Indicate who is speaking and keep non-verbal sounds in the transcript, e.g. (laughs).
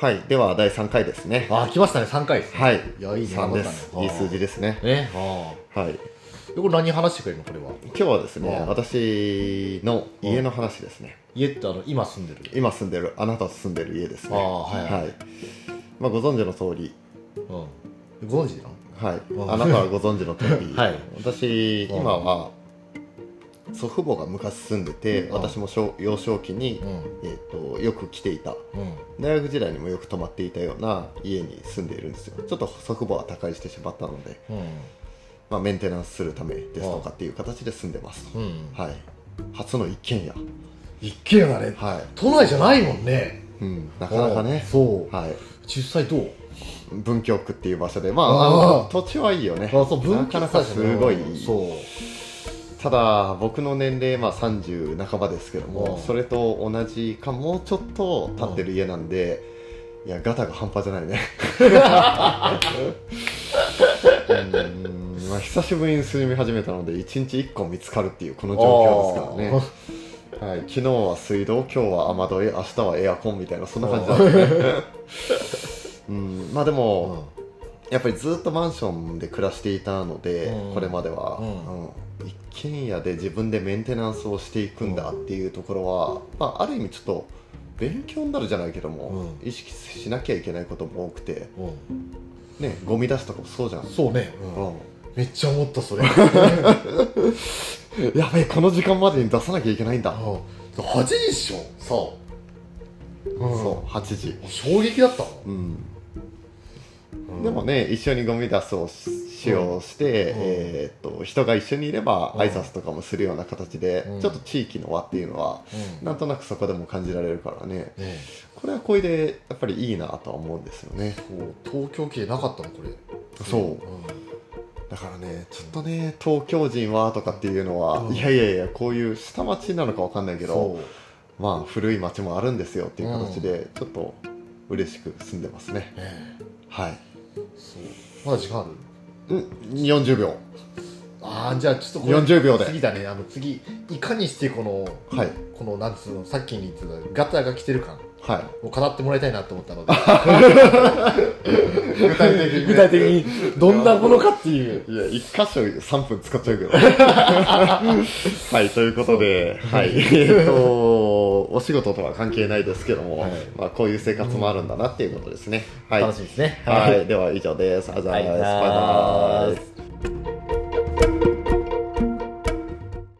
Speaker 1: はい、では第3回ですね。
Speaker 2: あ、来ましたね、3回です、ね。
Speaker 1: はい、
Speaker 2: いや、いいね、
Speaker 1: 3
Speaker 2: 頑張
Speaker 1: で
Speaker 2: ったね
Speaker 1: す。いい数字
Speaker 2: で。
Speaker 1: ですね。
Speaker 2: ね、あ
Speaker 1: はい、
Speaker 2: あ。でこれ何話してくれるのこれは。
Speaker 1: 今日はですね
Speaker 2: あ、ー
Speaker 1: 私の家の話ですね。
Speaker 2: 家ってあの、今住んでる。
Speaker 1: 今住んでる、あなたと住んでる家ですね。
Speaker 2: あーはいはい
Speaker 1: まあ、ご存知の通り、
Speaker 2: うん。ご存知なの
Speaker 1: はい、
Speaker 2: ん
Speaker 1: あなたはご存知の通り、
Speaker 2: (laughs) はい
Speaker 1: 私、
Speaker 2: うん
Speaker 1: 今は祖父母が昔住んでて、
Speaker 2: うん
Speaker 1: 私も小幼少期に、
Speaker 2: うん。
Speaker 1: えー、とよく来ていた
Speaker 2: うん。
Speaker 1: 大学時代にもよく泊まっていたような家に住んでいるんですよちょっと祖父母は他界してしまったので、
Speaker 2: う
Speaker 1: まあ、メンテナンスするためですとかっていう形で住んでますと、
Speaker 2: ん。うん。
Speaker 1: はい初の一軒家
Speaker 2: 一軒家だね。
Speaker 1: はい、
Speaker 2: 都内じゃないもんね。
Speaker 1: うん、なかなか
Speaker 2: あ
Speaker 1: ね
Speaker 2: あそう。
Speaker 1: はい
Speaker 2: 実際どう
Speaker 1: 文京区っていう場所でまあ
Speaker 2: あー
Speaker 1: あの土地はいいよね
Speaker 2: あ、そう、
Speaker 1: な
Speaker 2: 文
Speaker 1: か
Speaker 2: 化
Speaker 1: なかすごい
Speaker 2: そう。
Speaker 1: ただ僕の年齢、まあ、30半ばですけども、
Speaker 2: うん
Speaker 1: それと同じかもうちょっと経ってる家なんで、いやガタが半端じゃない
Speaker 2: (laughs)
Speaker 1: ねうーん、まあ、久しぶりに住み始めたので1日1個見つかるっていうこの状況ですからね、はい、昨日は水道今日は雨どい明日はエアコンみたいなそんな感じだったね (laughs) うんまあでも、
Speaker 2: うん
Speaker 1: やっぱりずっとマンションで暮らしていたので、
Speaker 2: うん
Speaker 1: これまでは、うん一軒家で自分でメンテナンスをしていくんだっていうところは、まあ、ある意味ちょっと勉強になるじゃないけども、
Speaker 2: う
Speaker 1: 意識しなきゃいけないことも多くて、
Speaker 2: うん。
Speaker 1: ね、ゴミ出しとかもそうじゃん、
Speaker 2: そうね。うん
Speaker 1: う
Speaker 2: めっちゃ思っ
Speaker 1: (laughs)
Speaker 2: た、それ。
Speaker 1: ん、やべえこの時間までに出さなきゃいけないんだ、
Speaker 2: うん、8時っしょそう、
Speaker 1: そう8時、
Speaker 2: う衝撃だったも
Speaker 1: うん、
Speaker 2: ん
Speaker 1: でもね一緒にゴミ出すをし使用して、
Speaker 2: うん
Speaker 1: えーっと人が一緒にいれば
Speaker 2: うん
Speaker 1: 挨拶とかもするような形で、
Speaker 2: うん
Speaker 1: ちょっと地域の輪っていうのは
Speaker 2: うんね
Speaker 1: なんとなくそこでも感じられるからね
Speaker 2: え
Speaker 1: これはこれでやっぱりいいなとは思うんですよね
Speaker 2: そう東京系なかったのこれ
Speaker 1: そうんだからねちょっとね東京人はとかっていうのは、
Speaker 2: うん
Speaker 1: いやいやいやこういう下町なのかわかんないけど
Speaker 2: そ
Speaker 1: まあ古い町もあるんですよっていう形で、ちょっと嬉しく住んでますね
Speaker 2: う、ね
Speaker 1: はい、
Speaker 2: えそうまだ時間ある
Speaker 1: うん、40秒
Speaker 2: ああじゃあちょっと
Speaker 1: 40秒で
Speaker 2: 次だねあの次いかにしてこの、
Speaker 1: はい
Speaker 2: このなんつうのさっきに言ってたガタが来てる感
Speaker 1: はい
Speaker 2: を語ってもらいたいなと思った (laughs) ので
Speaker 1: 具体的にね
Speaker 2: 具体的にどんなものかっていう
Speaker 1: いや、一箇所3分使っちゃうけ (laughs) ど。はい、ということで、 (laughs) はい、えっと、お仕事とは関係ないですけども、
Speaker 2: はい
Speaker 1: まあ、こういう生活もあるんだなっていうことですね。はい。
Speaker 2: 楽しみですね
Speaker 1: はい、では以上です。あざーす。バイ
Speaker 2: はい
Speaker 1: バーイ。